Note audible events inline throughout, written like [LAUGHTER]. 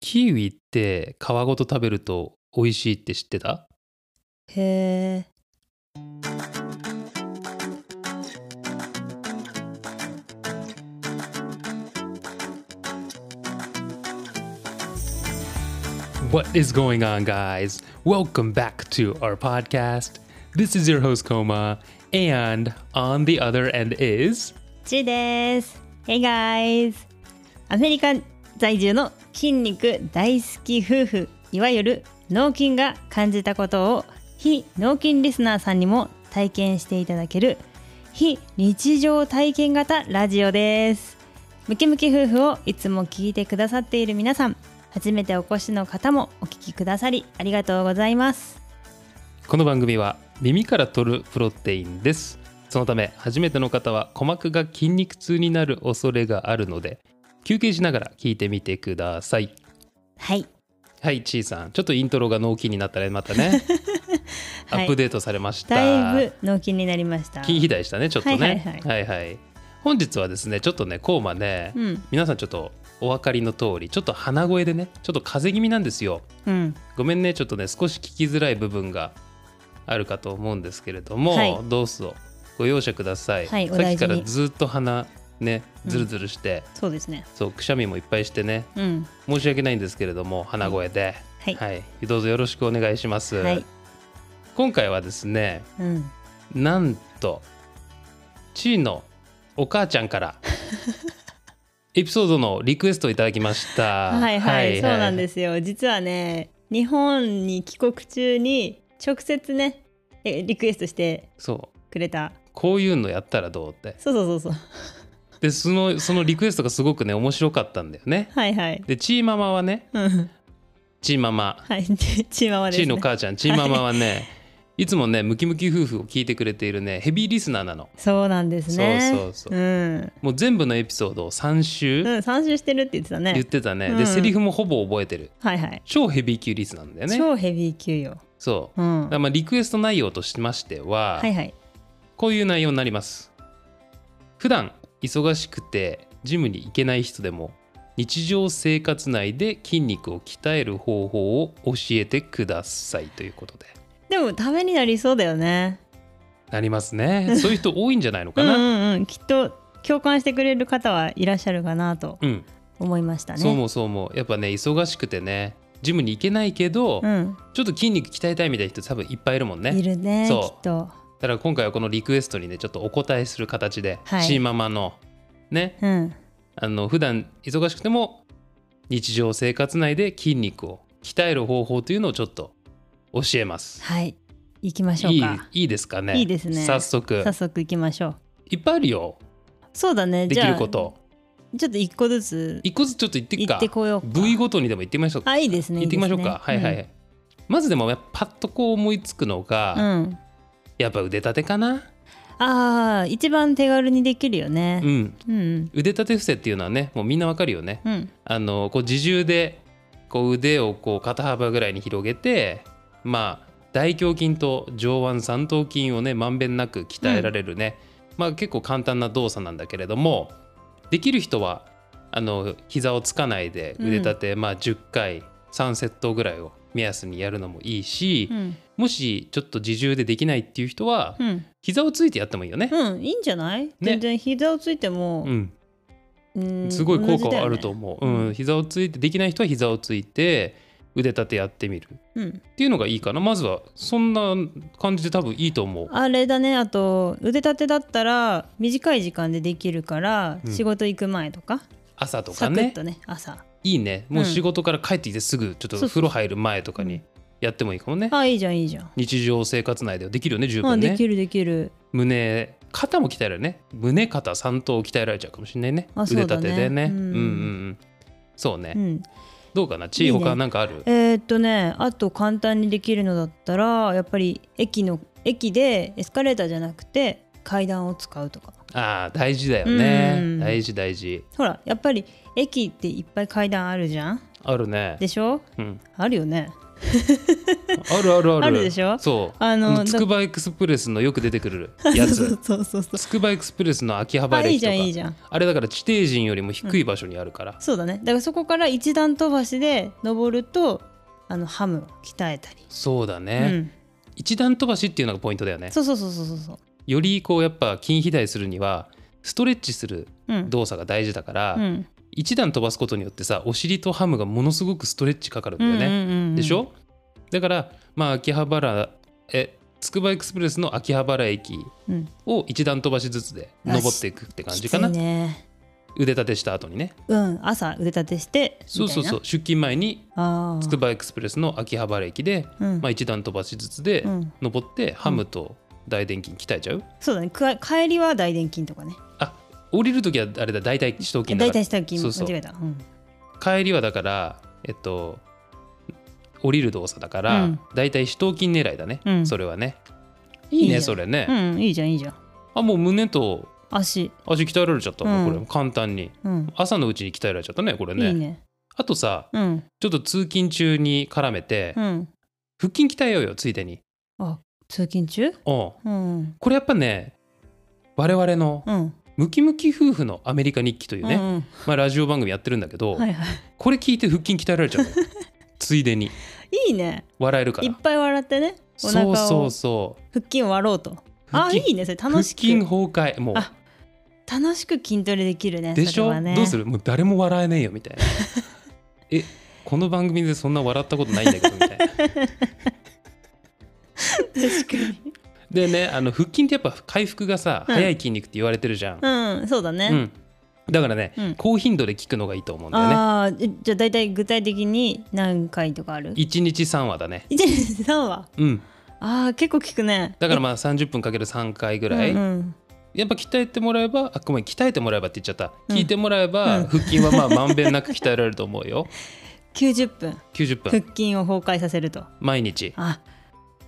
キウイって皮ごと食べると美味しいって知ってたへえ What is going on, guys? Welcome back to our podcast. This is your host, Koma, and on the other end is. ちです。Hey guys! アメリカ在住の筋肉大好き夫婦、いわゆる脳筋が感じたことを非脳筋リスナーさんにも体験していただける非日常体験型ラジオです。ムキムキ夫婦をいつも聞いてくださっている皆さん、初めてお越しの方もお聞きくださりありがとうございます。この番組は耳から取るプロテインですそのため初めての方は鼓膜が筋肉痛になる恐れがあるので休憩しながら聞いてみてくださいはい。はいちーさんちょっとイントロが納期になったねまた [LAUGHS] ね、はいアップデートされましただいぶ脳筋になりました。筋肥大したねちょっとねはいはい、本日はですねちょっとねコーマね、うん。皆さんちょっとお分かりの通りちょっと鼻声でねちょっと風邪気味なんですようん。ごめんねちょっとね少し聞きづらい部分があるかと思うんですけれども、はいどうぞご容赦ください、はいさおっ大き事かにらずっと鼻ねうんズルズルして、そうですね。そうくしゃみもいっぱいしてねうん。申し訳ないんですけれども鼻声で、はい。どうぞよろしくお願いします、はい。今回はですねうん。なんとチーのお母ちゃんから [LAUGHS] エピソードのリクエストをいただきましたはいはい、そうなんです [LAUGHS] すよ。実はね、日本に帰国中に直接ね、えリクエストしてそうくれた。こういうのやったらどうってそうそうそうそう。でそのそのリクエストがすごくね面白かったんだよねはいはい。でチーママはねうん。チーママ、はい。 [LAUGHS] ちチーママです、チね。ーの母ちゃんチーママはね、い、つもねムキムキ夫婦を聞いてくれているねヘビーリスナーなのそうなんですね。そうそうそううん。もう全部のエピソードを3う週ん、参集してるって言ってた言っね。てたね、うんうでんセリフもほぼ覚えてるはいはい。超ヘビー級リスナーなんだよね超ヘビー級よ。そううだんか。らまあリクエスト内容としましては、はいはい。こういう内容になります普段忙しくてジムに行けない人でも日常生活内で筋肉を鍛える方法を教えてくださいということででも、ためになりそうだよね。なります [LAUGHS] ねそういう人多いんじゃないのうかんうな、うんんうん。きっと共感してくれる方はいらっしゃるかなと思いましたね。そう思うそう思うやっぱね忙しくてねジムに行けないけど、うん。ちょっと筋肉鍛えたいみたいな人多分いっぱいいるもんねいるねきそうっとだから今回はこのリクエストにねちょっとお答えする形で、はいチーママのねうんあの普段忙しくても日常生活内で筋肉を鍛える方法というのをちょっと教えます。はい行きましょいういかいいですかね。いいですね早速早速行きましょういっぱいあるよ。そうだねでじきゃるあこと。ちょっと一個ずつ一個ずつちょっと言ってい行くっかて。こようか V ごとにでも言ってみましょうか。あいいですね行ってみましょういいでか。すはねいはい。まずでもやっぱパッとこう思いつくのが、うん、うんやっぱ腕立てかな。あー一番手軽にできるよねうん。うん腕立て伏せっていうのはねもうみんなわかるよね。うんうんあのこう自重でこう腕をこう肩幅ぐらいに広げてまあ大胸筋と上腕三頭筋をねまんべんなく鍛えられるね、まあ結構簡単な動作なんだけれどもできる人はあの膝をつかないでうん腕立て、まあ10回3セットぐらいを目安にやるのもいいし、うんもしちょっと自重でできないっていう人はうん、膝をついてやってもいいよね。うん、いいんじゃない、全然膝をついてもう、んうんすごい効果はあるとう、思う、同じだよねうん、膝をついてできない人は膝をついて腕立てやってみるうん、っていうのがいいかなまずはそんな感じで多分いいと思うあれだねあと腕立てだったら短い時間でできるから、うん仕事行く前とか朝とかサクッねとね朝いいねもううん仕事から帰ってきてすぐちょっとそうそう風呂入る前とかにやってもいいかもねあいいじゃんいいじゃん日常生活内ではできるよね十う分んでねきるできる胸肩も鍛えられるね胸肩三頭鍛えられちゃうかもしれないねあ腕立てでねうそううんうだねうんんんそうね、うんどうかなね地位他なんかあるえーっとねあと簡単にできるのだったらやっぱり駅の駅でエスカレーターじゃなくて階段を使うとかああ大事だよね、うん大事大事ほらやっぱり駅っていっぱい階段あるじゃんあるねでしょうんあるよねあるあるあるあるでしょそうあのつくばエクスプレスのよく出てくるそうやそつうそうそうそうつくばエクスプレスの秋葉あ原いい駅とじゃかんいいじゃんあれだから地底人よりも低い場所にあるから、そうだねだからそこから一段飛ばしで登るとあのハムを鍛えたり、そうだうね、ん、一段飛ばしっていうのがポイントだよねそうそうそうそうそうそうよりこうやっぱ筋肥大するにはストレッチするうん動作が大事だから、うん一段飛ばすことによってさお尻とハムがものすごくストレッチかかるんだうんようね、んうんでしょだからまあ秋葉原えつくばエクスプレスの秋葉原駅うんを一段飛ばしずつで登っていくって感じかな、きついね腕立てした後にねうん朝腕立てしてみたいなそうそうそう出勤前にああつくばエクスプレスの秋葉原駅で、うんまあ、一段飛ばしずつでうん登って、ハムと大臀筋鍛えちゃうそうだねくわ帰りは大臀筋とかねあ降りる時はあれだ大体四頭筋だ大か体下筋そうそう間違えたうんら帰りはだからえっと降りる動作だから、うん大体四頭筋狙いだね、うんそれはねいいいねじゃんそれね、うんいいじゃんいいじゃんあもう胸と足足鍛えられちゃったもん、うんこれ簡単にうん朝のうちに鍛えられちゃったねこれねいいねあとさうんちょっと通勤中に絡めて、うん腹筋鍛えようよついでにあ通勤中うんうんこれやっぱね我々のうんムキムキ夫婦のアメリカ日記というね、うんうんまあ、ラジオ番組やってるんだけど、はいはいこれ聞いて腹筋鍛えられ [LAUGHS] ちゃうのついでにいいね笑えるかいっらぱい笑ってねお腹そうそうをそう腹筋を割ろうとあ腹筋いいねそれ楽腹し筋く崩壊もうあ楽しく筋トレできるねでしそれょ、はねどうするもう誰も笑えねえよみ [LAUGHS] たいなえこの番組でそんな笑ったことないんだけどみたい [LAUGHS] な確かにでねあの腹筋ってやっぱ回復がさ、うん早い筋肉って言われてるじゃん、うんそうだうねんだからね、うん高頻度で聞くのがいいと思うんだよねああーえじゃあ大体具体的に何回とかある1日3話だね一 [LAUGHS] 日三話うんああ結構効くねだからまあ30分かける3回ぐらい、うんうんやっぱ鍛えてもらえばあごめん鍛えてもらえばって言っちゃった、うん聞いてもらえば、うん腹筋はまあまんべんなく鍛えられると思うよ90分90分腹筋を崩壊させると毎日あ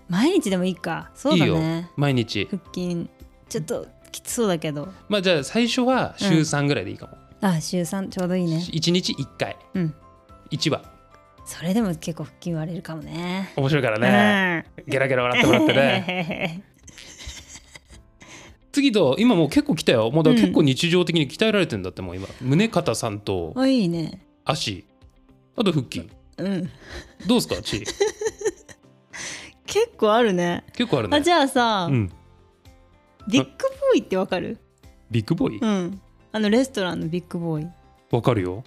毎日でもいいかそうだいいよね毎日腹筋ちょっときつそうだけどまあじゃあ最初は週3ぐらいでいいかも、あ週3ちょうどいいね1日1回うん1話それでも結構腹筋割れるかもね面白いからね、ゲラゲラ笑ってもらってね [LAUGHS] ね次と今もう結構来たよもうだから結構日常的に鍛えられてんだってもう今胸肩さんとあいいね足あと腹筋うんどうですかち結構あるね結構あるねあじゃあさ、うん、ビッグボーイってわかるビッグボーイうわ、んあのレストランのビッグボーイかるよ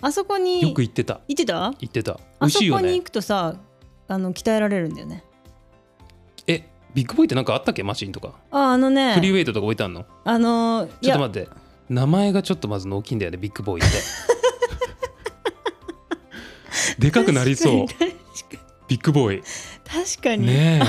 あそこによく言ってた行ってた言ってた美あ味そしいよこにね行くとさあの鍛えられるんだよねえビッグボーイってなんかあったっけマシンとか、ああのねフリーウェイトとか置いてあんのあのーいちょっとや待って名前がちょっとまず脳筋だよねビッグボ [LAUGHS] ーイってでかくなりそう確かにビッグボーイ確かに、ね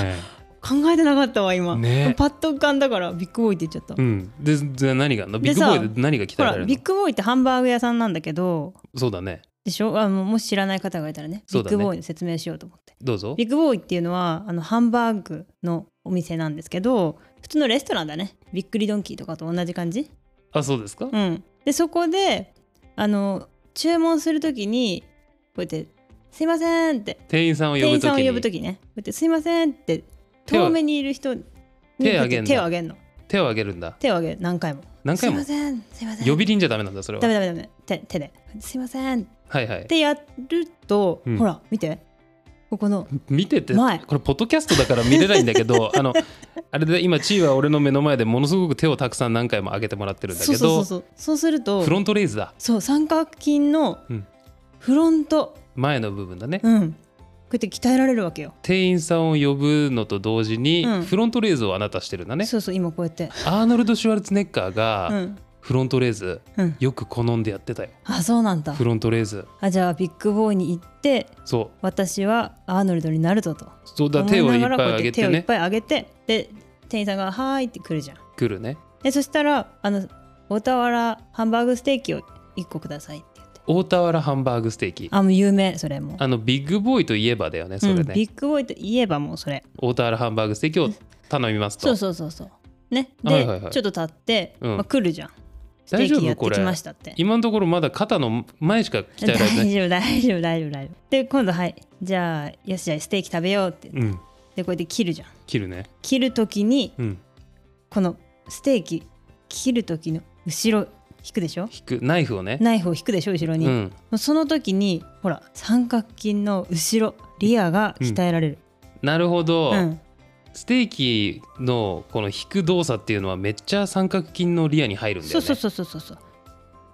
考えてなかったわ今、ねパッと浮かんだからビッグボーイって言っちゃった、えうんでで何があんのビッでグさボーイで何が鍛ほえられらるビのッグボーイってハンバーグ屋さんなんだけどそうだねでしょあのもし知らない方がいたらねそうビッだねグボーイの説明しようと思ってどうぞビッグボーイっていうのはあのハンバーグのお店なんですけど普通のレストランだねびっくりドンキーとかと同じ感じあそうですか、うん、でそこであの注文するときにこうやって「すいません」って店員さんを呼ぶ店員とさんをき呼ぶとにきねこうやって「すいません」って手を遠目にいる人に手を挙げんの手を挙げんの手を挙げるんだ手を挙げる何回も何回もすいませんすいません呼び鈴じゃダメなんだそれダはメダメダメ手手で「すいません」っはいはいてやると、うんほら見てここの見てて前これポッドキャストだから見れないんだけ [LAUGHS] どあのあれで今チーは俺の目の前でものすごく手をたくさん何回も上げてもらってるんだそうけそうそどうそうそうするとフロントレイズだそう三角筋のうんフロント、前の部分だね、うん、こうやって鍛えられるわけよ。店員さんを呼ぶのと同時に、うんフロントレイズをあなたしてるんだねそうそう今こうやって、アーノルド・シュワルツェネッガーうがんフロントレイズうん、よく好んでやってたよあそうなんだフロントレイズあじゃあビッグボーイに行ってそう私はアーノルドになるぞとそうだ思手いをいなっがぱいら上こうやってげ手てをいっねぱい上げてで店員さんが「はーい」って来るじゃん来るねでそしたら「あの小田原ハンバーグステーキを1個ください」って言って大田原ハンバーグステーキあもう有名それもあのビッグボーイといえばだよねそれね、うん、ビッグボーイといえばもうそれ大田原ハンバーグステーキを頼みますとそうそうそうそうねで、はいはいはいちょっと立って、うんまあ、来るじゃんそ大丈定期や夫ってこきまれしたって今のところまだ肩の前しか鍛えら大れてない、丈夫大丈夫大丈夫大丈夫で今度はいじゃあよしじゃあステーキ食べようってうん、でこうやって切るじゃん切るね切る時にうんこのステーキ切る時の後ろ引くでしょ引くナイフをねナイフを引くでしょ後ろに、うんその時にほら三角筋の後ろリアが鍛えられる、なるほど、うんステーキのこの引く動作っていうのはめっちゃ三角筋のリアに入るんだよそうねそうそうそうそうそう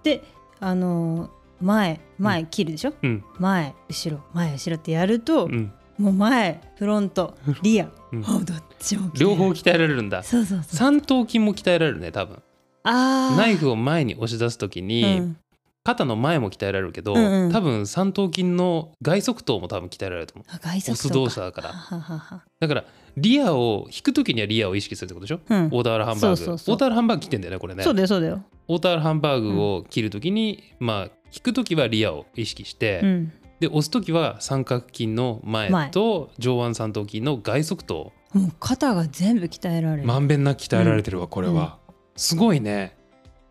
であのー前前切るでしょ、うん前後ろ前後ろってやると、うんもう前フロ [LAUGHS] ントリア、うんもうどっちも鍛えられる両方鍛えられるんだそうそうそう三頭筋も鍛えられるね多分あーナイフを前に押し出す時に、うん肩の前も鍛えられるけど、うんうん多分三頭筋の外側頭も多分鍛えられると思うあ外押側すと動作だからははははだからリアを引く時にはリアを意識するってことでしょ、うんオーダールハンバーグそうそうそうオーダールハンバーグ切ってんだよねこれねそうだよそうだよ、オーダールハンバーグを切る時に、まあ引く時はリアを意識して、うん、で押す時は三角筋の前と上腕三頭筋の外側頭もう肩が全部鍛えられる、まんべんなく鍛えられてるわこれは、すごいね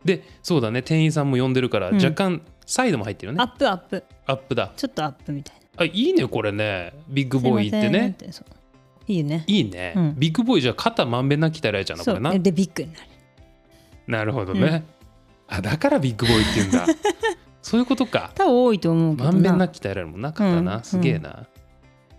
でそうだね店員さんも呼んでるからうん若干サイドも入ってるよね、アップアップアップだちょっとアップみたいなあいいねこれねビッグボーイってすいませんねてそういいよねいいね、うんビッグボーイじゃ肩まんべんなく鍛えられちゃうなこそれなうでビッグになるなるほどね、あだからビッグボーイって言 [LAUGHS] うんだそういうことか多分多いと思うけどまんべんなく鍛えられるもんな肩な、うんすげえな、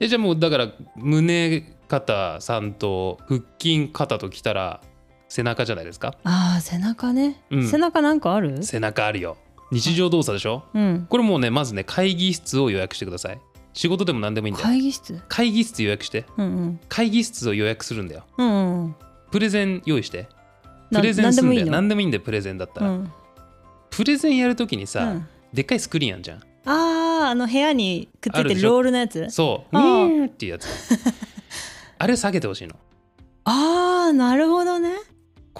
えじゃあもうだから胸肩三頭腹筋肩ときたら背中じゃないですかあー背中ね、うん背中なんかある背中あるよ日常動作でしょうんこれもうねまずね会議室を予約してください仕事でも何でもいいんだよ会議室会議室予約してうんうん会議室を予約するんだようんうんうんプレゼン用意してなプレゼンするんだよなん何でもいいんだよプレゼンだったでもら、いいのうんプレゼンやるときにさ、うんでっかいスクリーンあんじゃんあーあの部屋にくっつあいるてでるしょロールのやつそうあーうーっていう [LAUGHS] やつあれ下げてほしいのあーなるほどね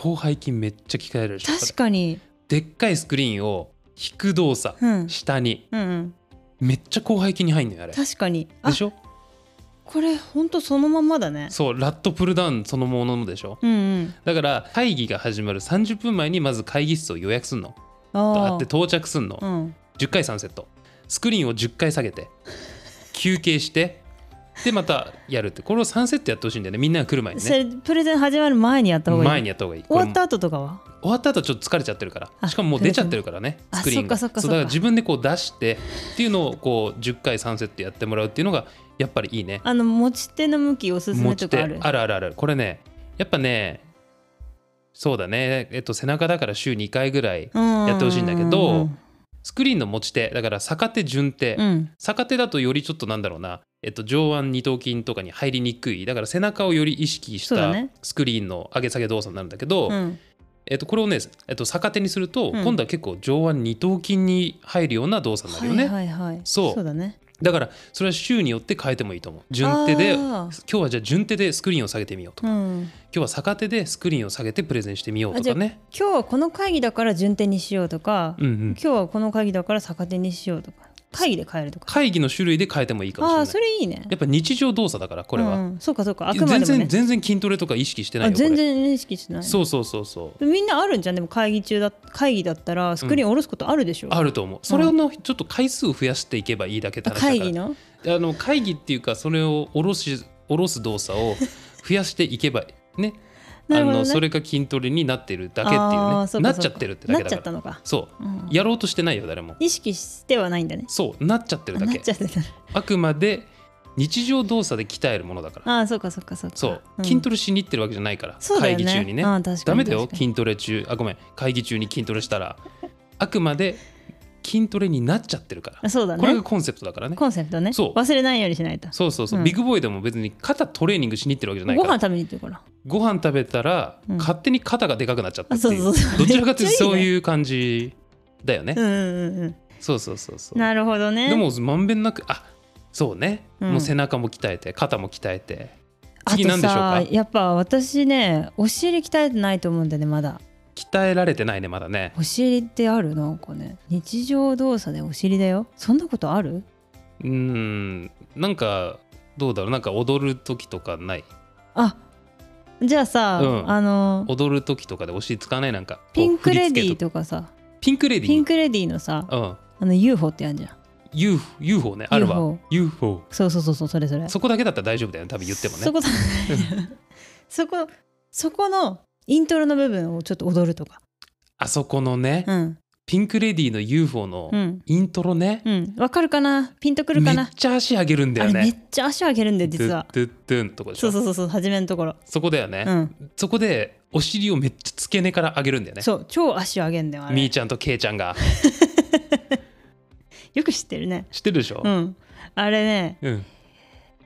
広背筋めっちゃ鍛えられるでしょ確かに、でっかいスクリーンを引く動作、うん、下にうんうんめっちゃ広背筋に入んのよあれで確かにあしょこれほんとそのまんまだねそうラットプルダウンそのもののでしょうんうんだから会議が始まる30分前にまず会議室を予約すんのああってー到着すんの、うん10回3セットスクリーンを10回下げて休憩してでまたやるってこれを3セットやってほしいんだよねみんなが来る前にそねれプレゼン始まる前にやった方がいい前にやった方がいい終わっこれた後とかはも終わった後ちょっと疲れちゃってるかあらしかももう出ちゃってるからねあスクリーンがそっかそっかうだからそっか自分でこう出してっていうのをこう10回3セットやってもらうっていうのがやっぱりいいねあの持ち手の向きおすすめとかあるあるあるあるこれねやっぱねそうだねえっと背中だから週2回ぐらいややってほしいんだけどスクリーンの持ち手だから逆手順手、うん逆手だとよりちょっとなんだろうな、えっと、上腕二頭筋とかに入りにくいだから背中をより意識しそうだたねスクリーンの上げ下げ動作になるんだけど、うんえっと、これをね、えっと、逆手にすると、うん今度は結構上腕二頭筋に入るような動作になはるよね、いはいはいそうだねだからそれは週によって変えてもいいと思う順手であー今日はじゃあ順手でスクリーンを下げてみようとうか、ん今日は逆手でスクリーンを下げてプレゼンしてみようとかね今日はこの会議だから順手にしようとかうんうん今日はこの会議だから逆手にしようとか会議で変えるとか会議の種類で変えてもいいかもしれあなあいーそれいいねやっぱ日常動作だからこれは、うんうんそうかそうかあくま全でも然ね全然筋トレとか意識してないあよこれ全然意識しないそうそうそうそうみんなあるんじゃんでも会議中だ会議だったらスクリーン下ろすことあるでしょ、あると思うそれのちょっと回数を増やしていけばいいだけってあ話だから会議のあの会議っていうかそれを下ろし下ろす動作を増やしていけばね [LAUGHS] なあるほどねのそれが筋トレになってるだけってあーいうそねなうかそうっかちゃってるってだけだなっちかゃったらのか、そううんやろうとしてないよ誰も意識してはないんだねそうなっちゃってるあだなっけちゃってたあくまで日常動作で鍛えるものだからああそうかそうかそうかそう、ん筋トレしに行ってるわけじゃないから、そうだ会よね議中にねあー確かにダメだよ確かに筋トレ中あごめん会議中に筋トレしたらあくまで筋トレになっちゃってるから、あそうだこれねがコンセプトだからねコンセプトねそう忘れないようにしないとそうそうそう、うんビッグボーイでも別に肩トレーニングしに行ってるわけじゃないごか飯ら食べに行ってるからご飯食べたら、うん勝手に肩がでかくなっちゃったっていあうそうそうそうどちらかというとそうめっちゃいいねいう感じだよね、うんうんうんそうそうそうそううんなるほどねでもまんべんなくあそうね、うんもう背中も鍛えて肩も鍛えてあ次と何でしょうさかやっぱ私ねお尻鍛えてないと思うんだよねまだ鍛えられてないねまだねお尻ってあるなんかね日常動作でお尻だよそんなことあるうーんなんかどうだろうなんか踊る時とかないあじゃあさ、うんあの踊る時とかでお尻つかないなんかピンクレディーととかさピンクレディーピンクレディーのさうん、あの UFO ってあるじゃん UFO, UFO ねあるわ UFO UFO そうそうそうそうそれそれそこだけだったら大丈夫だよね多分言ってもねそこ [LAUGHS] そこそこのイントロの部分をちょっと踊るとかあそこのね、うんピンクレディーの UFO のうんイントロね、うんわかるかなピンとくるめかっなちゃ足上げるんだあよれめねっちゃ足上げるんだよ実はドゥッドゥッドゥンとこでしそょうそうそうそう初めのところそこだよね、うんそこでお尻をめっちゃ付け根から上げるんだよねそう超足上げんだよあみれーちゃんとけいちゃんがよく知ってるね知ってるでしょうんあれねうん、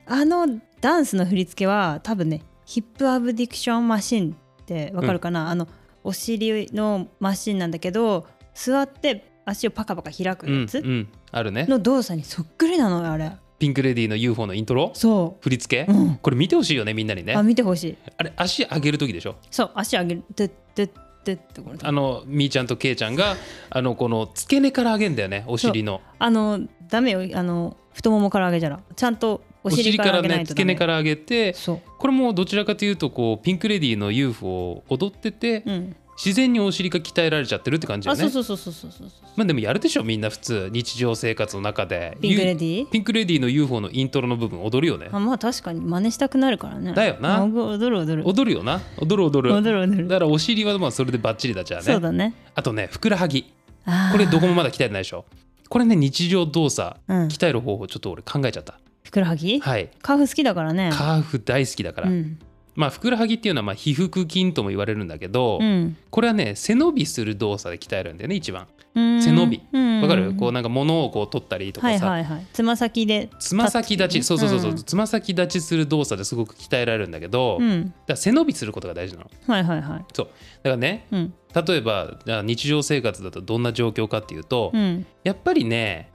あのダンスの振り付けは多分ねヒップアブディクションマシンってわかるかな、あのお尻のマシンなんだけど座って足をパカパカ開くうんやつ、うんあるねの動作にそっくりなのよあれピンクレディーの UFO のイントロそ振り付け、う、うん、これ見てほしいよねみんなにねああ見てほしいれ足上げる時でしょそう足上げるてってってってこれあのみーちゃんとけいちゃんがあのこの付け根から上げんだよねお尻のあのダメよあの太ももから上げじゃらちゃんとおお尻尻かからら上げなねいと付ダけメ根から上げてそこれもどちらかというとこうピンク・レディーの UFO を踊っててう、うん、自然にお尻が鍛えられちゃってるって感じだあよそうねそうそうそうそうそうまあでもやるでしょみんな普通日常生活の中でピンクレディディーピンク・レディーの UFO のイントロの部分踊るよねあまあ確かに真似したくなるからねだよなあ踊る踊る踊るよな踊る踊る踊る踊るだからお尻はまあそれでバッチリだじゃあそうねだねあとねふくらはぎあーこれどこもまだ鍛えてないでしょこれね日常動作うん鍛える方法ちょっと俺考えちゃったふくらはぎはいカーフ好きだからねカーフ大好きだから、うんまあふくらはぎっていうのはまあ皮腹筋とも言われるんだけど、うんこれはね背伸びする動作で鍛えるんだよね一番うん背伸びわわかる、こうなんか物をこう取ったりとかはいさ、はいはいつま先でつま先立ち立そっうてそねうそうそう、うんつま先立ちする動作ですごく鍛えられるんだけど、うだかんら背伸びすることが大事なのだはいはいはいからねうん例えばじゃあ日常生活だとどんな状況かっていうと、うんやっぱりね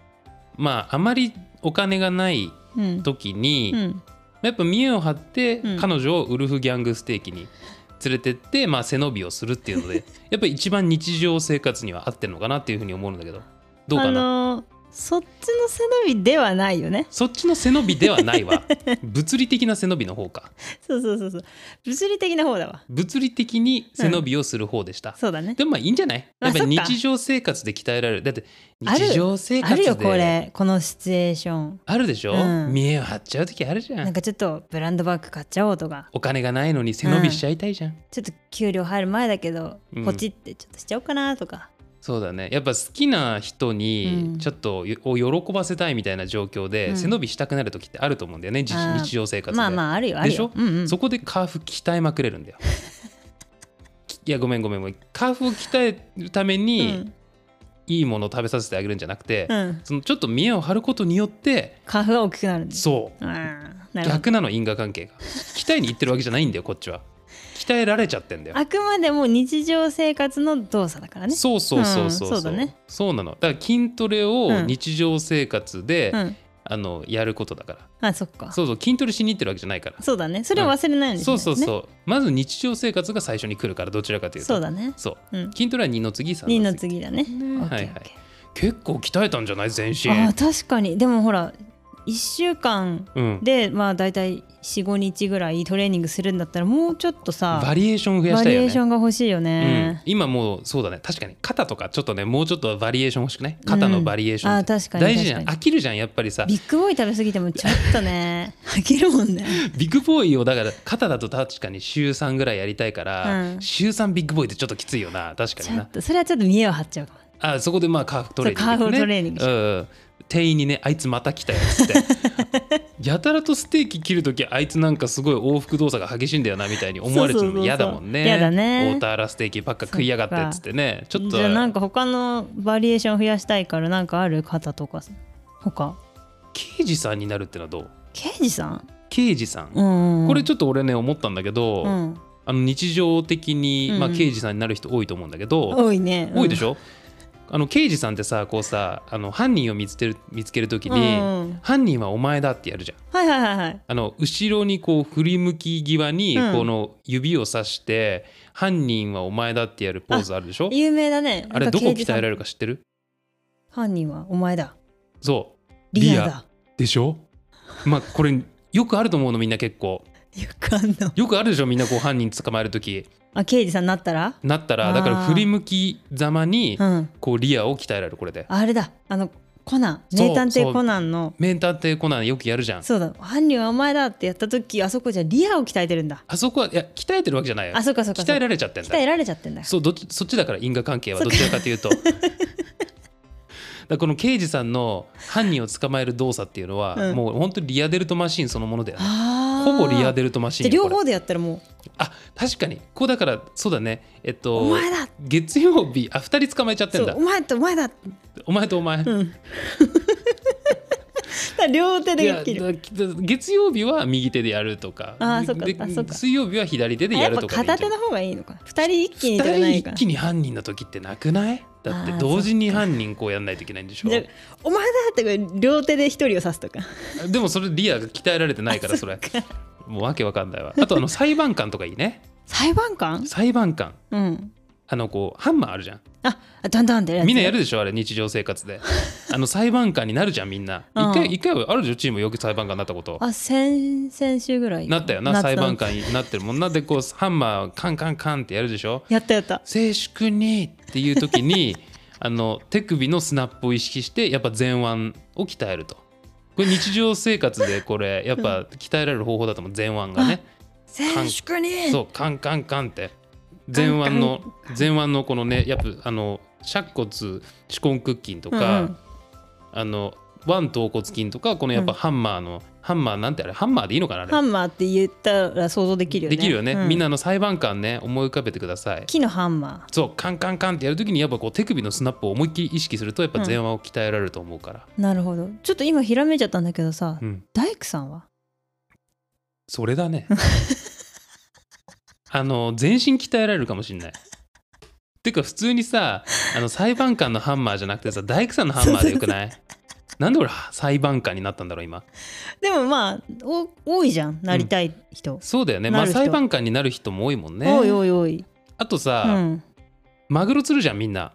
まああまりお金がないうん時に、うんやっぱ見栄を張ってうん彼女をウルフギャングステーキに連れてって、まあ、背伸びをするっていうのでやっぱり一番日常生活には合ってるのかなっていうふうに思うんだけどどうかな、あのーそっちの背伸びではないよね [LAUGHS] そっちの背伸びではないわ物理的な背伸びの方かそうそうそうそう物理的な方だわ物理的に背伸びをする方でした、そうだねでもまあいいんじゃないあやっぱりそっか日常生活で鍛えられるだってある日常生あ活るでよこれこのシチュエーションあるでしょ、うん見栄を張っちゃう時あるじゃなんんかちょっとブランドバッグ買っちゃおうとかお金がないのに背伸びしちゃいたいじゃん、ちょっと給料入る前だけどうんポチってちょっとしちゃおうかなとかそうだねやっぱ好きな人うにんちょっとよを喜ばせたいみたいな状況で、うん背伸びしたくなる時ってあると思うんだよね日あー日常生活で、まあまああるよあるよでしょうんうん、そこでカーフ鍛えまくれるんだよ [LAUGHS] きいやごめんごめんごめんカーフを鍛えるためうに、んいいものを食べさせてあげるんじゃなくて、うん、そのちょっと見栄を張ることによってカーフが大きくなるんですそうあーなるほど逆なの因果関係が鍛えに行ってるわけじゃないんだよこっちは鍛えられちゃってんだよあくまでも日常生活の動作だからねそうそうそうそううんそうだねそうなのだから筋トレうをん日常生活で、うんあのやることだからあそっかそそうそう筋トレしに行ってるわけじゃないからうだねそれを忘れないようにしなそいとね、うそうそう、まず日常生活が最初に来るからどちらかというとそうだねそううん筋トレは2の次3 2のの次次だねねオッケはいはいーオッケ結構鍛えたんじゃない全身ーあー確かにでもほら1週間うんでまあ大体45日ぐらいトレーニングするんだったらもうちょっとさバリエーション増やバしたいリよエねーションが欲しいようんね、、今もうそうだね確かに肩とかちょっとねもうちょっとバリエーション欲しくない肩のバリエーション、あー確かに大事じゃん確か飽きるじゃんやっぱりさにビッグボーイ食べ過ぎてもちょっ [LAUGHS] とね飽きるもんねビッグボーイをだから肩だと確かに週3ぐらいやりたいから、うん週3ビッグボーイってちょっときついよな確かちにょなっとそれはちょっと見栄を張っちゃうかもあそこでまあカーフトレーニング、ね、そうカーフトレーニングしうんうん店員にねあいつまた来たよっつって [LAUGHS] やたらとステーキ切る時あいつなんかすごい往復動作が激しいんだよなみたいに思われてるそうそうそうそのう嫌だもんね嫌だねオーターラステーキばっか食いやがってっつってねちょっとじゃあなんか他のバリエーション増やしたいからなんかある方とか他刑事さんになるってのはどう刑事さん刑事さん、うんこれちょっと俺ね思ったんだけど、うんあの日常的に、まあ、うんうん刑事さんになる人多いと思うんだけど、多いね多いでしょょ、あの刑事さんってさこうさあの犯人を見つける見つける時うんうに、ん犯人はお前だってやるじゃんはいはいはいはいあの後ろにこう振り向き際にうんこの指を指して、犯人はお前だってやるポーズあるでしょ有名だねあれどこ鍛えられるるか知ってる犯人はお前だそうリアリアだでしょまあこれよくあると思うのみんな結構よくあんのよくあるでしょみんなこう犯人捕まえる時あ刑事さんになったらなったあらーだから振り向きざまにうんこうリアを鍛えられるこれであれだあのコナンそう名探偵コナンの名探偵コナンよくやるじゃんそうだ犯人はお前だってやった時あそこじゃリアを鍛えてるんだあそこはいや鍛えてるわけじゃないよあそうかそうかそう鍛えられちゃってんだ鍛えられちゃってんだそうどっちそっちだから因果関係はどちらかと [LAUGHS] いうとだからこの刑事さんの犯人を捕まえる動作っていうのは、うんもう本当にリアデルトマシーンそのものだよねあほぼリアでデルトマシじゃーあンよこ両れ方でやったらもあ確かにこうだからそうだねえっうおと前だ月曜日あ二人捕まえちゃってそんうだお前とお前だお前とお前、うん [LAUGHS] だから両手いでやできるだ月曜日は右手でやるとかあーそっかであそっか水曜日は左手であややっるぱとかでいいん片じゃ手なのい方がいいのか二人一気にとかな二人いか一ら気に犯人の時ってなくないだってあー同時に犯人こうやんないといけないんでしょじゃあお前だって両手で一人を刺すとかでもそれリアが鍛えられてないからそれっかもうわけわかんないわあとあの裁判官とかいいね裁判官裁判官うんあのこうハンマーあるじゃあだんだんでんみんなやるでしょあれ日常生活 [LAUGHS] であの裁判官になるじゃんみんなうん一回一回はあるでしょチームよく裁判官になったことあ先先週ぐらいなったよな裁判官になってるもんなでこうハンマーカンカンカンってやるでしょやったやった静粛にっていう時 [LAUGHS] にあの手首のスナップを意識してやっぱ前腕を鍛えるとこれ日常生活でこれやっぱ鍛えられる方法だと思う前腕がね静粛に [LAUGHS] そうカンカンカンって前腕の前腕のこのねやっぱあの尺骨歯根屈筋とか、うんうんあの腕頭骨筋とかこのやっぱうハンマーの、ハンマーなんてあれハンマーでいいのかなあれハンマーって言ったら想像できるよねできるよね、うみんなあの裁判官ね思い浮かべてください木のハンマそうカンカンカンってやるときにやっぱこう手首のスナップを思いっきり意識するとやっぱ前腕を鍛えられると思うから、ーなるほどちょっと今ひらめいちゃったんだけどさ、うん大工さんはそれだね [LAUGHS] あの全身鍛えられるかもしんないてか普通にさあの裁判官のハンマーじゃなくてさ大工さんのハンマーでよくないなんで俺裁判官になったんだろう今でもまあお多いじゃんなりたい人、そうだよねなまるあ人裁判官になる人も多いもんねおいおいおい、あとうさ、ん、マグロ釣るじゃんみんな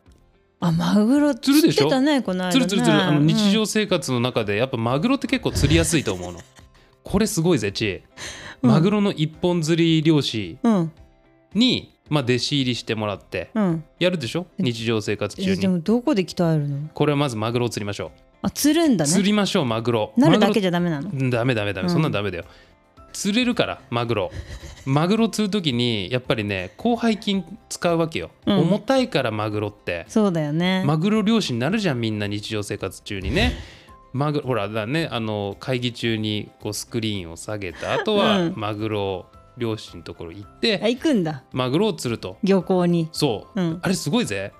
あマグロ釣釣るっでしてょたねこの間ね釣る釣る釣るあの日うん常生活の中でやっぱマグロって結構釣りやすいと思うのこれすごいぜちえうんマグロの一本釣り漁師うんに、まあ、弟子入りしてもらってうんやるでしょ日常生活中えでにもどこで鍛えるのこれはまずマグロを釣りましょあ釣るんうだね釣りましょうマグロなるだけじじゃダメなのゃダメダメダメうんそんなんダメだよ、釣れるからマ [LAUGHS] グロマグロ釣る時にやっぱりね広背筋使うわけよ、うん重たいからマグロってそうだよね、マグロ漁師になるじゃんみんな日常生活中にね。マグほらだねあの会議中にこうスクリーンを下げた後は、うんマグロ漁師のところ行って、あ行くんだマグロを釣ると漁港にそう、うんあれすごいぜ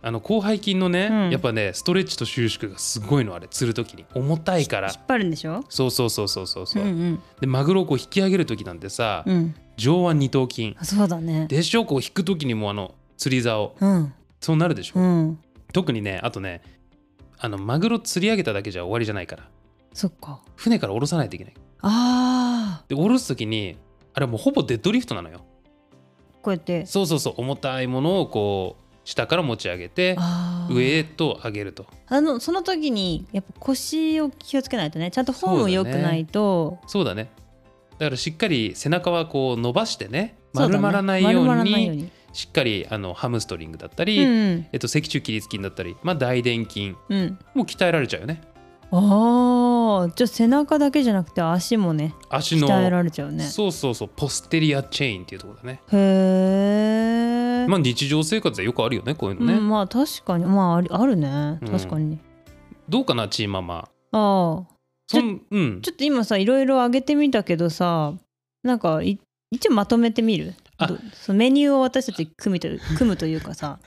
あの広背筋のね、うんやっぱねストレッチと収縮がすごいのあれ釣る時に重たいから引っ張るんでしょそうそうそうそうそうそううんうんでマグロをこう引き上げる時なんてさ、うん上腕二頭筋あそうだねでしょこう引く時にもあの釣り竿うんそうなるでしょ、うん特にねあとねあのマグロ釣り上げただけじゃ終わりじゃないからそっか船から下ろさないといけないあで下ろす時にあれもうほぼデッドリフトなのよーこうやってそうそうそう重たいものをこう下から持ち上げてあー上へと上げるとあのその時にやっぱ腰を気をつけないとねちゃんとフォームそうだね良くないとそうだねだからしっかり背中はこう伸ばしてねそう丸だねまらないよう丸まらにないようにしっかりあのハムストリングだったうり、んえっと、脊柱起立筋だったり、まあ、大臀筋うんも鍛えられちゃうよねあーじゃあ背中だけじゃなくて足もね足の鍛えられちゃうねそうそうそうポステリアチェインっていうところだねへえまあ日常生活でよくあるよねこういうのね、うん、まあ確かにまあありあるねうん確かに、どうかなチーママああそんうんちょっと今さいろいろ上げてみたけどさなんかい一応まとめてみるあどそうメニューを私たち組みと [LAUGHS] 組むというかさ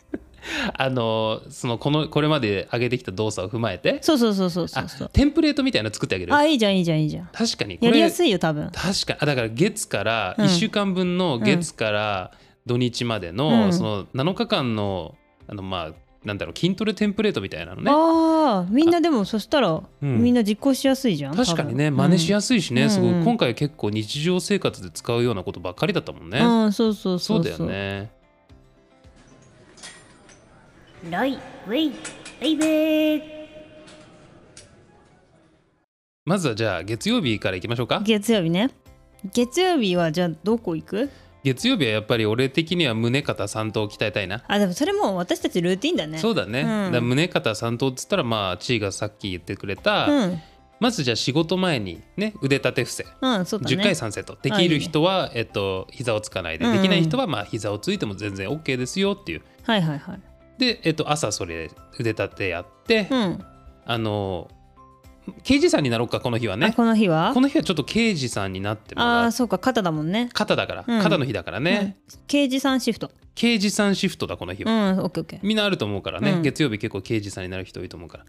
あのそのこのこれまで上げてきた動作を踏まえてそうそうそうそうそうそうテンプレートみたいなの作ってあげるあいいじゃんいいじゃんいいじゃん確かにこれやりやすいよ多分確かにあだから月からうん1週間分の月から土日までの、うんその7日間のあのまあなんだろう筋トレテンプレートみたいなのねああみんなでもそしたら、うんみんな実行しやすいじゃん確かにね真似しやすすいしね、うんすごうんういん今回結構日常生活で使うようなことばっかりだったもんね、うん、うん、そうそうそそううだよねロイ、ウェイ、ウェイベーまずはじゃあ月曜日からいきましょうか月曜日ね月曜日はじゃあどこ行く月曜日はやっぱり俺的には胸肩三頭鍛えたいな、あでもそれもう私たちルーティンだねそううだね、んだから胸肩三頭っつったらまあチーがさっき言ってくれた、うんまずじゃあ仕事前にね腕立て伏せうんそうだね10回3セットできる人は、えっと膝をつかないで、うんうんできない人はまあ膝をついても全然 OK ですよっていうはいはいはいで、えっと朝それ腕立てやって、うん、あの刑事さんになろうかこの日はあねこの日はこの日はちょっと刑事さんになってもあらあうそうか肩だもんね肩だから、うん肩の日だからね、刑事さんシフト刑事さんシフトだこの日うは、んオッケーオッケーみんなあると思うからね、うん月曜日結構刑事さんになる人多いと思うから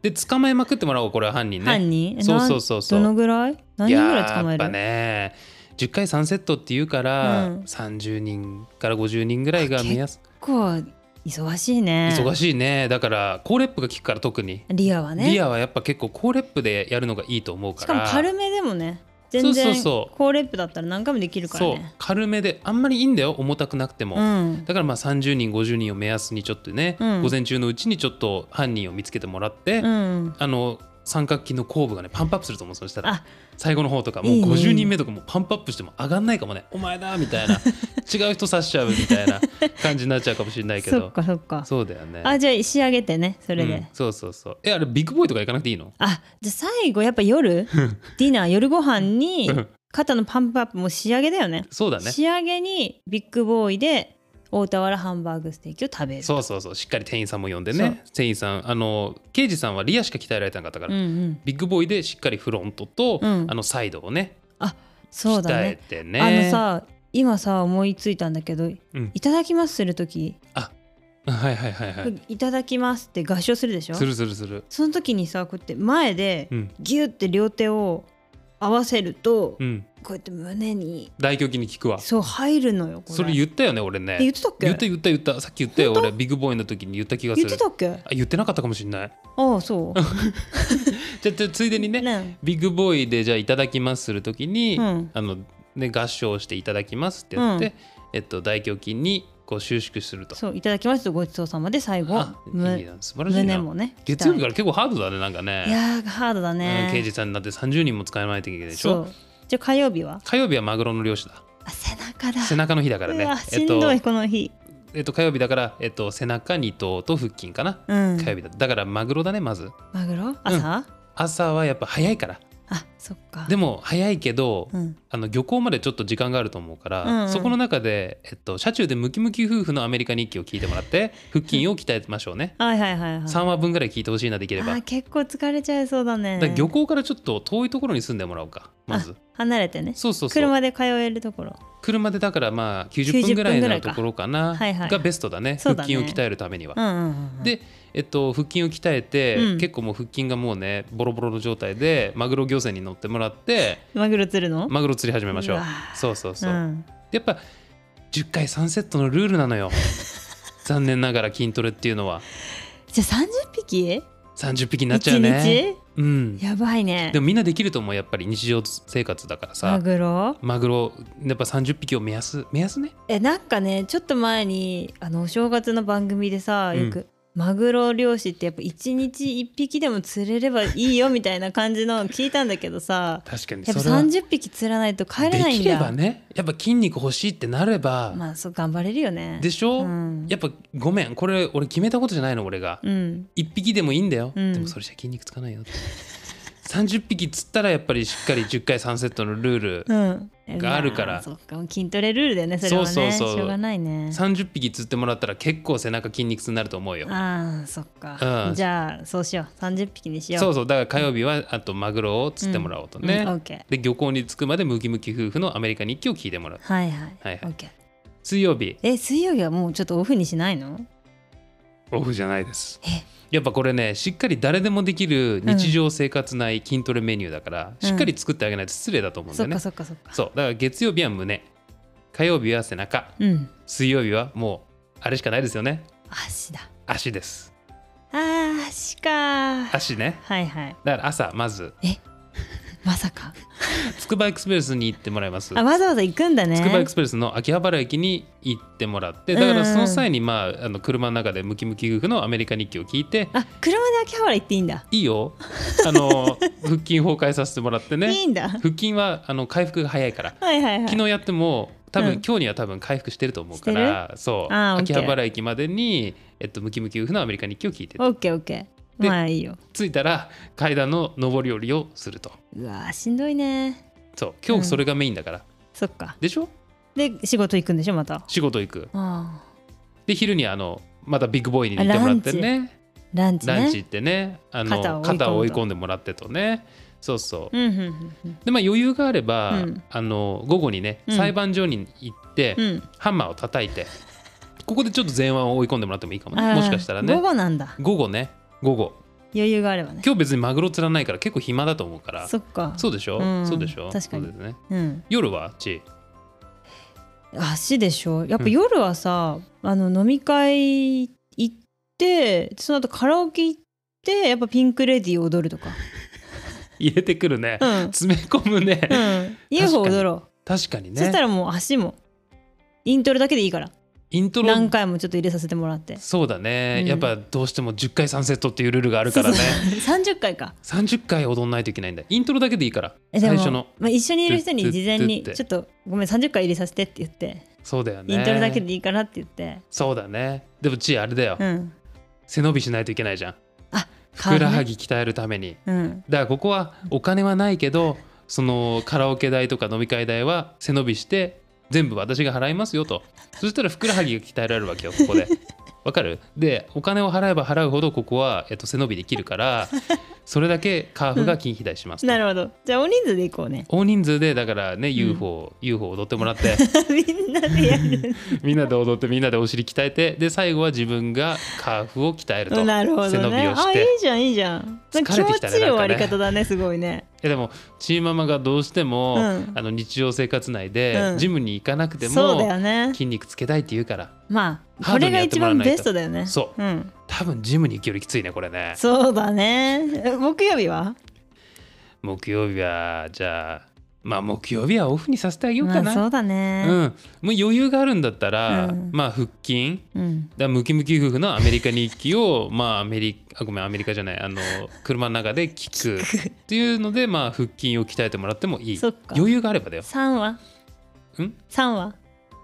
で捕まえまくってもらおうこれは犯人ね犯人えそうなそうそうそうどのぐらい何人ぐらやい捕まえーやっぱる、ね10回3セットっていうから、うん30人から50人ぐらいが目安結構忙しいね忙しいねだから高レップが効くから特に、リアはねリアはやっぱ結構高レップでやるのがいいと思うかしらかも軽めでもね全然そうそうそう高レップだったら何回もできるからそうね軽めであんまりいいんだよ重たくなくても、うんだからまあ30人50人を目安にちょっとね、うん午前中のうちにちょっと犯人を見つけてもらって、うんあの三角筋の後部がねパンプアップすると思うそしたらあ最後の方とかもういいね50人目とかもうパンプアップしても上がんないかもねお前だみ [LAUGHS] たいな違う人刺しちゃうみたいな感じになっちゃうかもしれないけそっどかそっかそうだよねあじゃあ仕上げてねそれで、うんそうそうそうえあれビッグボーイとか行かなくていいのあじゃあ最後やっ [LAUGHS] ぱ夜ディナー夜ご飯にうん肩のパンプアップもう仕上げだよねそうだね仕上げにビッグボーイで大田原ハンバーグステーキを食べるそうそうそうしっかり店員さんも呼んでね店員さんあの刑事さんはリアしか鍛えられてなかったから、うんうんビッグボーイでしっかりフロントと、うんあのサイドをねそうだ鍛えねてねあのさ今さ思いついたんだけど「うんいただきます」する時 [LAUGHS] はいはいはいはい「いただきます」って合唱するでしょするするするその時にさこうやって前でうんギュって両手を合わせると、うんこうやって胸に大胸筋に効くわそう入るのよこれそれ言ったよね俺ねえ言ってたっけ言った言った言ったさっき言ったよ俺ビッグボーイの時に言った気がす言るってたっけあ言ってなかったかもしれないああそうじゃあじゃあついでに [LAUGHS] ねねビッグボーイでじゃあいただきますする時に、うんあのね合唱していただきますってやって、えっと大胸筋にこう収縮するとそういただきますとごちそうさまで最後あいいむな素晴らしい胸なもね月曜日鍛から結構ハードだねなんかえねいやーハードだねうん、刑事さんになって30人も使えないといけないでしそょうじゃあ火曜日は火曜日はマグロの漁師だあ背中だ背中の日だからねうわえしっんどい、と、この日えっと、火曜日だから、えっと、背中2頭と腹筋かな、うん火曜日だだからマグロだねまずマグロ朝、朝はやっぱ早いからあそっかでも早いけど、うんあの漁港までちょっと時間があると思うから、うんうんそこの中で、えっと、車中でムキムキ夫婦のアメリカ日記を聞いてもらって腹筋を鍛えましょうねはいはいはいはい3話分ぐらい聞いてほしいなできればあー結構疲れちゃいそうだねだから漁港からちょっと遠いところに住んでもらおうかまず離れてねそうそうそう車車で通えるところでだからまあ90分ぐらい90分ぐらのいかところかなはいはいがベストだねそうだ腹ね筋を鍛えるためには、うんうんうんうんで、えっと、腹筋を鍛えて、うん結構もう腹筋がもうねボロボロの状態でマグロ漁船に乗ってもらってマグロ釣るのマグロ釣り始めましょううわそうそうそう、うんやっぱ10回3セットのルールな [LAUGHS] のよ残念ながら筋トレっていうのはじゃあ30匹30匹になっちゃうねう1ん日やばいねでもみんなできると思うやっぱり日常生活だからマさグロマグロやっぱ30匹を目安目安ねえなんかねちょっと前にあのお正月の番組でさうんよく、マグロ漁師ってやっぱ一日一匹でも釣れればいいよみたいな感じの聞いたんだけどさ確かにやっぱそれは30匹釣らないと帰れないでんきれだばねやっぱ筋肉欲しいってなれば、まあそう頑張れるよねでしょ、うんやっぱごめんこれ俺決めたことじゃないの俺が、うん1匹でもいいんだよ、うんでもそれじゃ筋肉つかないよって30匹釣ったらやっぱりしっかり10回3セットのルール、うん、があるからまそっか筋トレルールだよねそれはねそうそうそうしょうがないね30匹釣ってもらったら結構背中筋肉痛になると思うよあーそっか、うんじゃあそうしよう30匹にしようそううそうだから火曜日はあとマグロを釣ってもらおうとね、んオッケーで漁港に着くまでムキムキ夫婦のアメリカ日記を聞いてもらうはいはい、はいはいオッケー水曜日え水曜日はもうちょっとオフにしないのオフじゃないですえやっぱこれねしっかり誰でもできる日常生活内筋トレメニューだから、うんしっかり作ってあげないと失礼だと思うんだそよっね、かそっかそっかそうだから月曜日は胸火曜日は背中うん水曜日はもうあれしかないですよね足だ足ですあー足か足ねはいはいだから朝まずまさかつくばエクスプレスに行ってもらいますあわざわざ行くんだねつくばエクスプレスの秋葉原駅に行ってもらってだからその際に、まあ、あの車の中でムキムキ夫婦のアメリカ日記を聞いてあ車で秋葉原行っていいんだ、いいよあの腹筋崩壊させてもらっていいねんだ腹筋はあの回復が早いからはいはいはい昨日やっても多分、うん今日には多分回復してると思うからそうあー秋 OK 葉原駅までに、えっと、ムキムキ夫婦のアメリカ日記を聞いてオッケーオッケーでまあいいよ着いたら階段の上り下りをするとうわーしんどいねそう今日それがメインだから、そっかでしょで仕事行くんでしょまたあ仕事行くあで昼にあのまたビッグボーイに行ってもらってねランチねランチ行ってねあの肩肩を追い込を追い込むとんでもらってとねそうそううんうんうんうんでまあ余裕があれば、うんあの午後にねうん裁判所に行って、うんハンマーを叩いてここでちょっと前腕を追い込んでもらってもいいかもねあーもしかしたらね午午後後なんだね午後余裕があればね今日別にマグロ釣らないから結構暇だと思うからそっかそうでしょ、うんそうでしょ確かにそうですねうん夜はち足でしょやっぱ夜はさ、あの飲み会行ってその後カラオケ行ってやっぱピンクレディーを踊るとか入れてくるね、うん、 [LAUGHS] う詰め込むね、ん、UFO 確かに踊ろ確かにう、そしたねらもう足もイントロだけでいいからイントロ何回もちょっと入れさせてもらってそうだね、うんやっぱどうしても10回3セットっていうルールがあるからね [LAUGHS] そう [LAUGHS] そう30回か30回踊んないといけないんだイントロだけでいいからえでも最初のまあ、一緒にいる人に事前にトゥッちょっとごめん30回入れさせてって言って、そうだよねイントロだけでいいかなって言ってそうだねでもちあれだよ、うん背伸びしないといけないじゃんあふくらはぎ鍛えるためにうんだからここはお金はないけどそのカラオケ代とか飲み会代は背伸びして全部私が払いますよとそしたらふくらはぎが鍛えられるわけよこ [LAUGHS] こでわかるでお金を払えば払うほどここは、えっと、背伸びできる [LAUGHS] からそれだけカーフが筋肥大しますと、なるほどじゃあ大人数で行こう [LAUGHS] ね大人数でだからね UFO、UFO 踊ってもら [LAUGHS] ってみんなでやるみんなで踊ってみんなでお尻鍛えてで最後は自分がカーフを鍛えるとなるほ背ど伸びねをあしいいてじゃんいいじゃん疲れてきたね気持ちいい終わりなんか方だねすごいねいやでもチーママがどうしても、うんあの日常生活内で、うんジムに行かなくてそうだもよね筋肉つけたいって言うからまあハこードれにがやっても一らわ番ないとベストだよねそううん、多分ジムに行くよりきついねこれねそうだねえ木曜日は木曜日はじゃあまあ木曜日はオフにさせてあげようかまな、あ、そうだうん、もねう余裕があるんだったら、うんまあ腹筋うん、 [LAUGHS] だからムキムキ夫婦のアメリカ日記をまあアメリカあごめんアメリカじゃないあの車の中で聞くっていうのでまあ腹筋を鍛えてもらってもいいそっか余裕があればだよ3話ん3話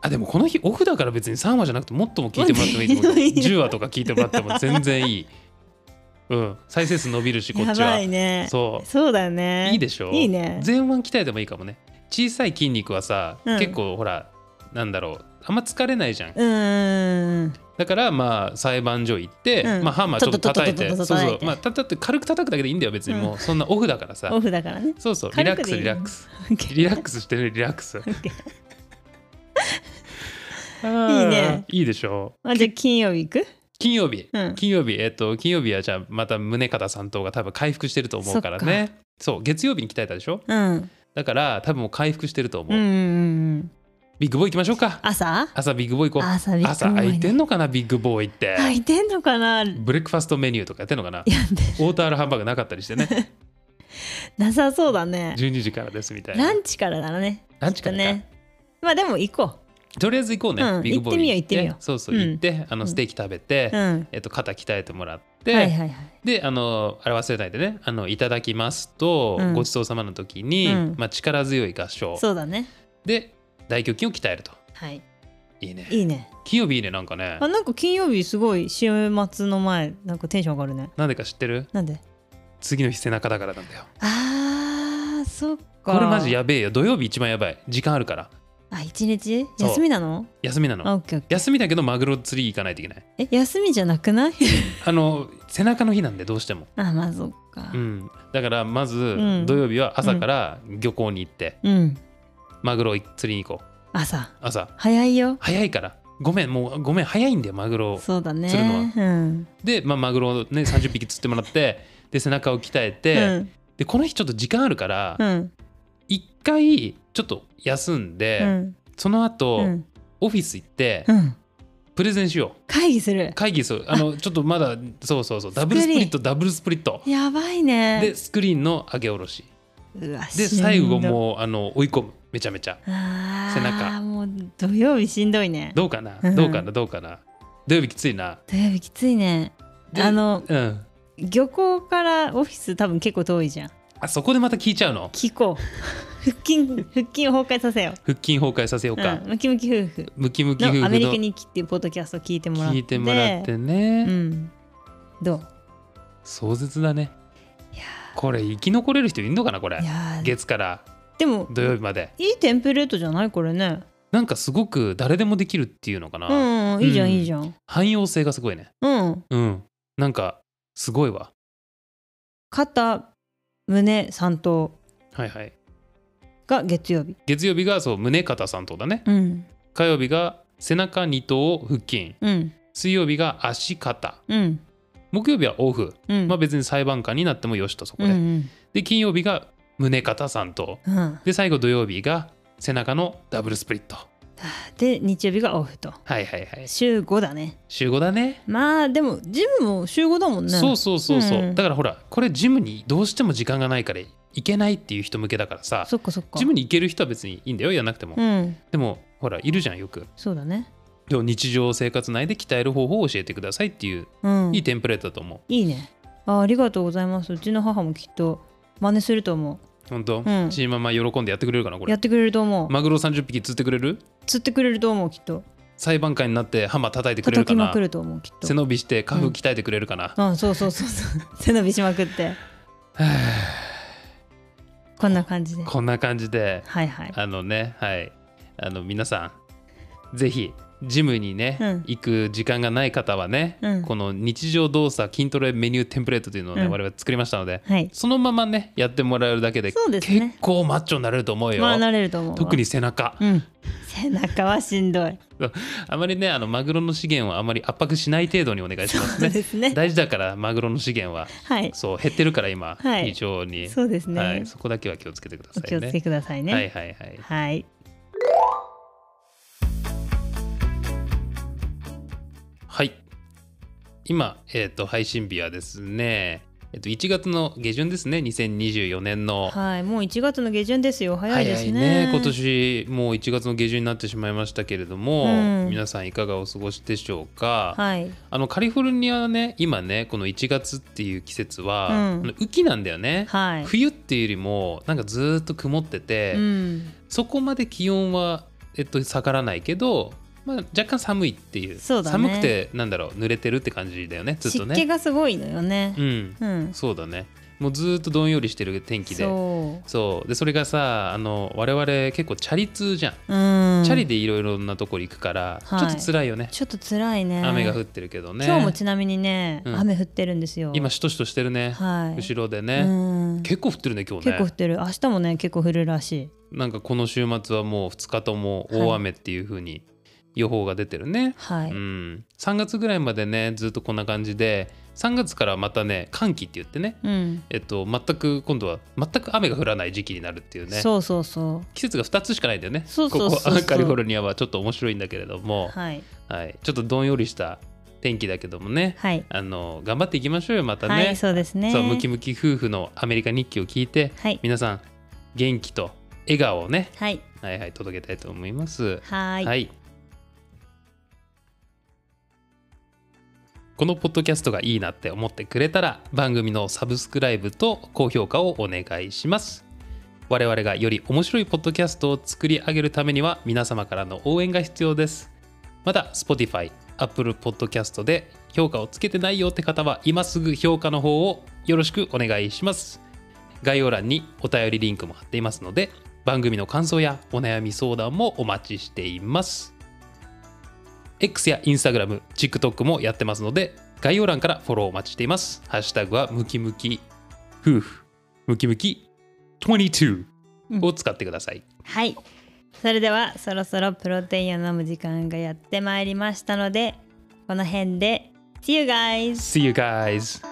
あでもこの日オフだから別に3話じゃなくてもっとも聞いてもらってもいいと思うもっといいけ [LAUGHS] のど10話とか聞いてもらっても全然いいうん再生数伸びるしこやっちはばいねそうそうだよねいいでしょいいね前腕鍛えてもいいかもね小さい筋肉はさ、うん結構ほらなんだろうあんま疲れないじゃんうーんだからまあ裁判所行って、うんまあ、ハンマーちょっと叩いてちょっそとうちょっとちょっと叩いてそうまあ叩って軽く叩くだけでいいんだよ別にもうそんなオフだからさオフだから [LAUGHS] ねそうそうリラッ軽くクスでいリいラックス OK リラックスしてるリラッ [LAUGHS] クスいケいいねいいでしょあじゃあ金曜日行く金曜日、うん金曜日えっと金曜日はじゃあまた宗方さんとが多分回復してると思うからねそう月曜日に鍛えたでしょうんうんだから多分もう回復してると思うんうう、んうんビッグボーイ行きましょうか朝朝ビッグボーイ行こう朝ビッグボーイ朝空いてんのかなビッグボーイって空いてんのかなやブレックファストメニューとかやってんのかなってウォーターあるハンバーグなかったりしてね [LAUGHS] なさそうだね12時からですみたいな。ランチからだねランチちょかっとらかねまあでも行ことりあえず行こうね。うんビッグボーイ行ってみよう行ってみようそうそう、うん行って、あのステーキ食べて、ううんえっと、肩鍛えてもらって、はいはいはいで、あの、あれ忘れないでね、あの、いただきますと、うんごちそうさまの時に、うんまあ、力強い合唱そうだねで、大胸筋を鍛えると。はいいいね。いいね金曜日いいね、なんかねあ。なんか金曜日すごい週末の前なんかテンション上がるねなんでか知ってるなんで次の日背中だからなんだよ。あーそっこかれマジやべえよ。土曜日一番やばい。時間あるから。あ一日そう休みなの休みなあの。オッケーオッケー休みだけどマグロ釣り行かないといけない。え休みじゃなくないあの、背中の日なんでどうしても。 [LAUGHS] あまあそっかうん、だからまずん土曜日は朝から漁港に行って、うんマグロ釣りに行こう朝朝早いよ早いからごめんもうごめん早いんだよマグロそうだねするのはうんで、まあ、マグロをね30匹釣ってもら [LAUGHS] ってで背中を鍛えうて、んでこの日ちょっと時間あるから、うん一回ちょっと休んで、うんその後、うんオフィス行って、うんプレゼンしよう会議する会議するあのちょっとまだそうそうそうダブルスプリットダブルスプリットやばいねでスクリーンの上げ下ろしうわで最後もうあの追い込むめちゃめちゃ背背中もう土曜日しんどいねどうかなうんどうかなどうかな土曜日きついな土曜日きついねであのうん漁港からオフィス多分結構遠いじゃんあそこでまた聞いちゃうの聞 [LAUGHS] こう腹筋腹筋を崩壊させよう腹筋崩壊させようか、うん、ムキムキ夫婦ムキムキ夫婦ののアメリカに来てポッドキャスト聞いてもらって聞いてもらってね、うんどう壮絶だねいやこれ生き残れる人いんのかなこれいやー月からでも土曜日までいいテンプレートじゃないこれねなんかすごく誰でもできるっていうのかな、うんうんいいじゃん、うんいいじゃん汎用性がすごいねうんうんなんかすごいわ肩胸3頭はいはいが月曜日月曜日がそう胸肩3頭だねうん火曜日が背中2頭腹筋うん水曜日が足肩うん木曜日はオフうんまあ別に裁判官になってもよしとそこうで、んうんで金曜日が胸肩3頭うんで最後土曜日が背中のダブルスプリットで日曜日がオフとはいはいはい週5だね週5だねまあでもジムも週5だもんねそうそうそうそう、うんだからほらこれジムにどうしても時間がないから行けないっていう人向けだからさそっかそっかジムに行ける人は別にいいんだよやらなくても、うんでもほらいるじゃんよくそうだねでも日常生活内で鍛える方法を教えてくださいっていううんいいテンプレートだと思ういいねあありがとうございますうちの母もきっと真似すると思本当、うんチーママ喜んでやってくれるかなこうやれってくれると思うマグロ30匹釣ってくれる釣ってくれると思うきっと裁判官になってハマ叩いてくれる叩かきまなくると思うきっと背伸びして下腹鍛えてくれるかな、うんそうそうそうそう [LAUGHS] 背伸びしまくってこんな感じでこんな感じではいはいあのねはいあの皆さんぜひジムにね、うん行く時間がない方はね、うんこの日常動作筋トレメニューテンプレートというのをね、うん我々作りましたのではいそのままねやってもらえるだけでそうですね結構マッチョになれると思うよ、まあ慣れると思うわ特に背中うん背中はしんどいあまりねあのマグロの資源はあまり圧迫しない程度にお願いします [LAUGHS] そうねですね大事だからマグロの資源ははいそう減ってるから今、はい非常にそうですね、はい、そこだけは気をつけてくださおいね気をつけくださいねはいはいはいはいはい今、えー、と配信日はですね、えー、と1月の下旬ですね2024年のはい、もう1月の下旬ですよ。早いですね。今年もう1月の下旬になってしまいましたけれども、うん皆さんいかがお過ごしでしょうか、はい。あのカリフォルニアはね今ねこの1月っていう季節は、うんあの雨季なんだよね、はい。冬っていうよりもなんかずーっと曇ってて、うん。そこまで気温は、えっと、下がらないけど、まあ、若干寒いっていうそうだね寒くてなんだろう濡れてるって感じだよねずっと湿気ねがすごいのよねう。んうん。そうだねもうずーっとどんよりしてる天気でそうそでそれがさあの我々結構チャリ通じゃん、う。うん。チャリでいろいろなところ行くから、はいちょっと辛いよねちょっと辛いね。雨が降っってるけどね今日もちなみにね、うん雨降ってるんですよ。今シトシトしてるね、はい。後ろでうね、ん。結構降ってるね今日ね結構降ってる。明日もね、結構降るらしい。なんかこの週末はもう2日とも大雨っていう風に予報が出てるね、はうい。ん、3月ぐらいまでねずっとこんな感じで3月からまたね寒気って言ってねうん。えっと全く今度は全く雨が降らない時期になるっていうねそうそうそ季節が2つしかないんだよねそうそうそうそうこ [LAUGHS] こカリフォルニアはちょっと面白いんだけれどう。も、はい。はい、ちょっとどんよりした天気だけどもねはい。あの頑張っていきましょうよまたね、はい、そうですね。そうムキムキ夫婦のアメリカ日記を聞いてはい。皆さん元気と笑顔をねはい。はいはい届けたいと思います。ははい、い。このポッドキャストがいいなって思ってくれたら番組のサブスクライブと高評価をお願いします。我々がより面白いポッドキャストを作り上げるためには皆様からの応援が必要です。また Spotify、Apple Podcast で評価をつけてないよって方は今すぐ評価の方をよろしくお願いします。概要欄にお便りリンクも貼っていますので番組の感想やお悩み相談もお待ちしています。X や Instagram、TikTok もやってますので、概要欄からフォローお待ちしています。ハッシュタグはムキムキ夫婦ムキムキ22うんを使ってください。はい。それではそろそろプロテインを飲む時間がやってまいりましたので、この辺で See you guys! See you guys!